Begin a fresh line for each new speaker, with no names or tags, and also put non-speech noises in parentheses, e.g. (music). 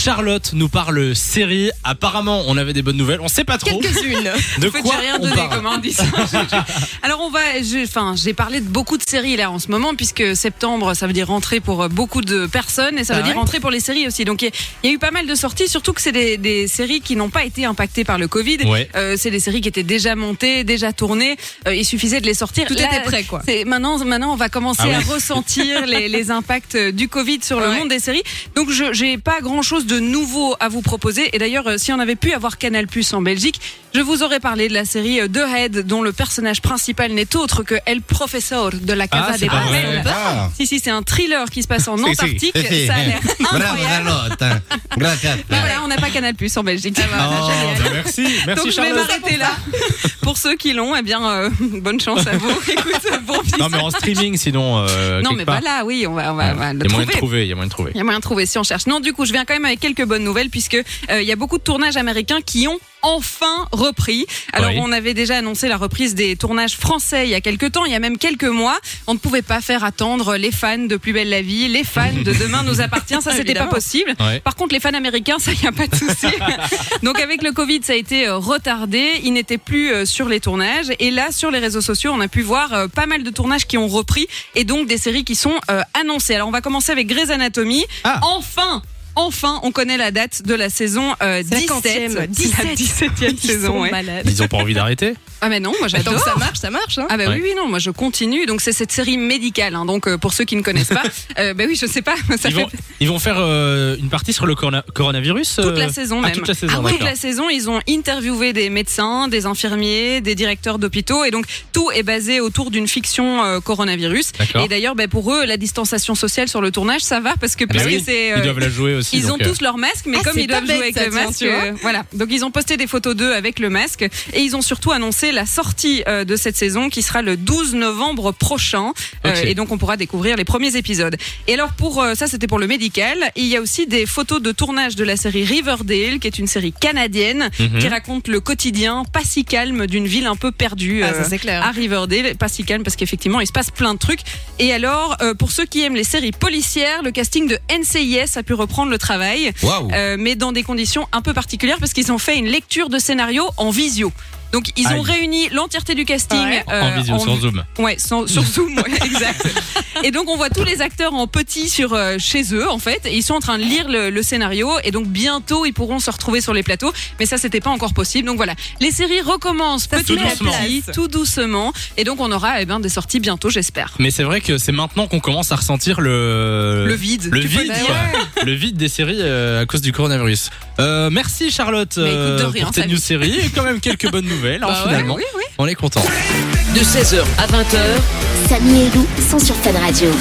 Charlotte nous parle série. Apparemment, on avait des bonnes nouvelles. On sait pas trop.
Quelques-unes.
De
En fait, j'ai
quoi
rien
on
donné
parle.
(laughs)
comme indice. Alors on va, je- enfin, j'ai parlé de beaucoup de séries là en ce moment puisque septembre, ça veut dire rentrée pour euh, beaucoup de personnes et ça
Ah
veut
Bah
dire
ouais
rentrée pour les séries aussi. Donc il y, il y a eu pas mal de sorties, surtout que c'est des, des séries qui n'ont pas été impactées par le Covid.
Ouais.
Euh, c'est des séries qui étaient déjà montées, déjà tournées. Euh, il suffisait de les sortir.
Tout
Là,
était prêt, quoi.
c'est- maintenant, maintenant, on va commencer
Ah ouais.
à
(laughs)
ressentir les, les impacts euh, du Covid sur le
Ouais.
monde des séries. Donc, je j'ai pas grand-chose de nouveau à vous proposer. Et d'ailleurs, euh, si on avait pu avoir Canal Plus en Belgique, je vous aurais parlé de la série euh, The Head, dont le personnage principal n'est autre que El Professor de la Casa
Ah, c'est
de
pas vrai.
Papel.
Ah,
Si, si, c'est un thriller qui se passe en
Si, si.
Antarctique.
Si, si.
Ça a l'air
bravo
incroyable.
Charlotte.
(laughs)
Gracias.
Mais voilà, on n'a pas Canal Plus en Belgique.
hein. Oh,
Génial.
bah merci, merci
Donc je vais
Charlotte.
m'arrêter là. (laughs) Pour ceux qui l'ont, eh bien, euh, (laughs) bonne chance à vous. Écoute, bon petit
Non mais en streaming sinon. euh,
Non,
quelque
mais
part.
voilà, oui, on va, on va, on va
Voilà. Il
le
y a moyen de
trouver.
trouver. Il y a moyen de trouver.
Il y a moyen de trouver si on cherche. Non, du coup, je viens quand même avec quelques bonnes nouvelles puisque euh, il y a beaucoup de tournages américains qui ont enfin repris. Alors,
Oui.
on avait déjà annoncé la reprise des tournages français il y a quelques temps, il y a même quelques mois. On ne pouvait pas faire attendre les fans de Plus belle la vie, les fans de Demain nous appartient. Ça, c'était pas
Évidemment.
possible.
Ouais.
Par contre, les fans américains, (laughs) ça, il n'y a pas
(laughs)
de souci. Donc, avec le Covid, ça a été euh, retardé. Ils n'étaient plus euh, sur les tournages. Et là, sur les réseaux sociaux, on a pu voir euh, pas mal de tournages qui ont repris et donc des séries qui sont euh, annoncées. Alors, on va commencer avec Grey's Anatomy.
Ah.
Enfin Enfin, on connaît la date de la saison euh, 17.
50e,
La
17.
17e saison, ouais.
malades.
Ils ont pas envie d'arrêter.
Ah, mais non, moi
Tant que
j'adore.
ça marche, ça marche. Hein.
Ah bah
Ouais.
oui, oui, non, moi je continue. Donc c'est cette série médicale. hein. donc euh, pour ceux qui ne
(laughs)
connaissent pas, euh, bah oui, je sais pas. (laughs) Ça
Ils
fait
vont, ils vont faire euh, une partie sur le corona- coronavirus.
Toute
euh,
la saison
ah,
même.
toute la saison,
Toute
d'accord.
la saison, ils ont interviewé des médecins, des infirmiers, des directeurs d'hôpitaux, et donc tout est basé autour d'une fiction euh, coronavirus.
D'accord.
Et d'ailleurs, ben, pour eux, la distanciation sociale sur le tournage, ça va parce que
Ah bah
puisque
oui,
c'est euh,
Ils doivent la jouer aussi.
ils ont
donc, euh,
tous leur masque, mais
Ah,
comme
c'est
ils doivent
pas bête,
jouer avec
ça,
le
tiens,
masque,
tu vois.
euh, voilà. Donc ils ont posté des photos d'eux avec le masque et ils ont surtout annoncé la sortie euh, de cette saison qui sera le 12 novembre prochain. Euh,
Ok.
et donc on pourra découvrir les premiers épisodes. Et alors pour euh, ça, c'était pour le médical. Il y a aussi des photos de tournage de la série Riverdale, qui est une série canadienne
mhm.
qui raconte le quotidien pas si calme d'une ville un peu perdue.
Ah,
euh,
ça c'est clair.
à Riverdale, pas si calme parce qu'effectivement il se passe plein de trucs. Et alors, euh, pour ceux qui aiment les séries policières, le casting de NCIS a pu reprendre le travail,
Waouh.
euh, mais dans des conditions un peu particulières parce qu'ils ont fait une lecture de scénario en visio. Donc ils ont
Aïe.
réuni l'entièreté du casting
Ouais.
euh,
en visio,
en-
sur Zoom.
Ouais, sans- (laughs) sur Zoom, ouais, exact. Et donc on voit tous les acteurs en petit sur euh, chez eux en fait. Et ils sont en train de lire le, le scénario et donc bientôt ils pourront se retrouver sur les plateaux. Mais ça c'était pas encore possible. Donc voilà, les séries recommencent
Ça se
petit
met à
à
la
petit,
place.
tout doucement. Et donc on aura eh ben, des sorties bientôt, j'espère.
Mais c'est vrai que c'est maintenant qu'on commence à ressentir le
Le vide.
Euh, le
tu peux
vide,
dire.
quoi. le vide des séries euh, à cause du coronavirus. Euh, merci Charlotte euh,
Mais écoute, de rien,
pour tes
salut.
news séries et quand même quelques bonnes nouvelles. hein,
Bah ouais,
finalement,
oui, oui.
on est content.
de 16h à 20h.
Samy et Lou sont sur Fan Radio.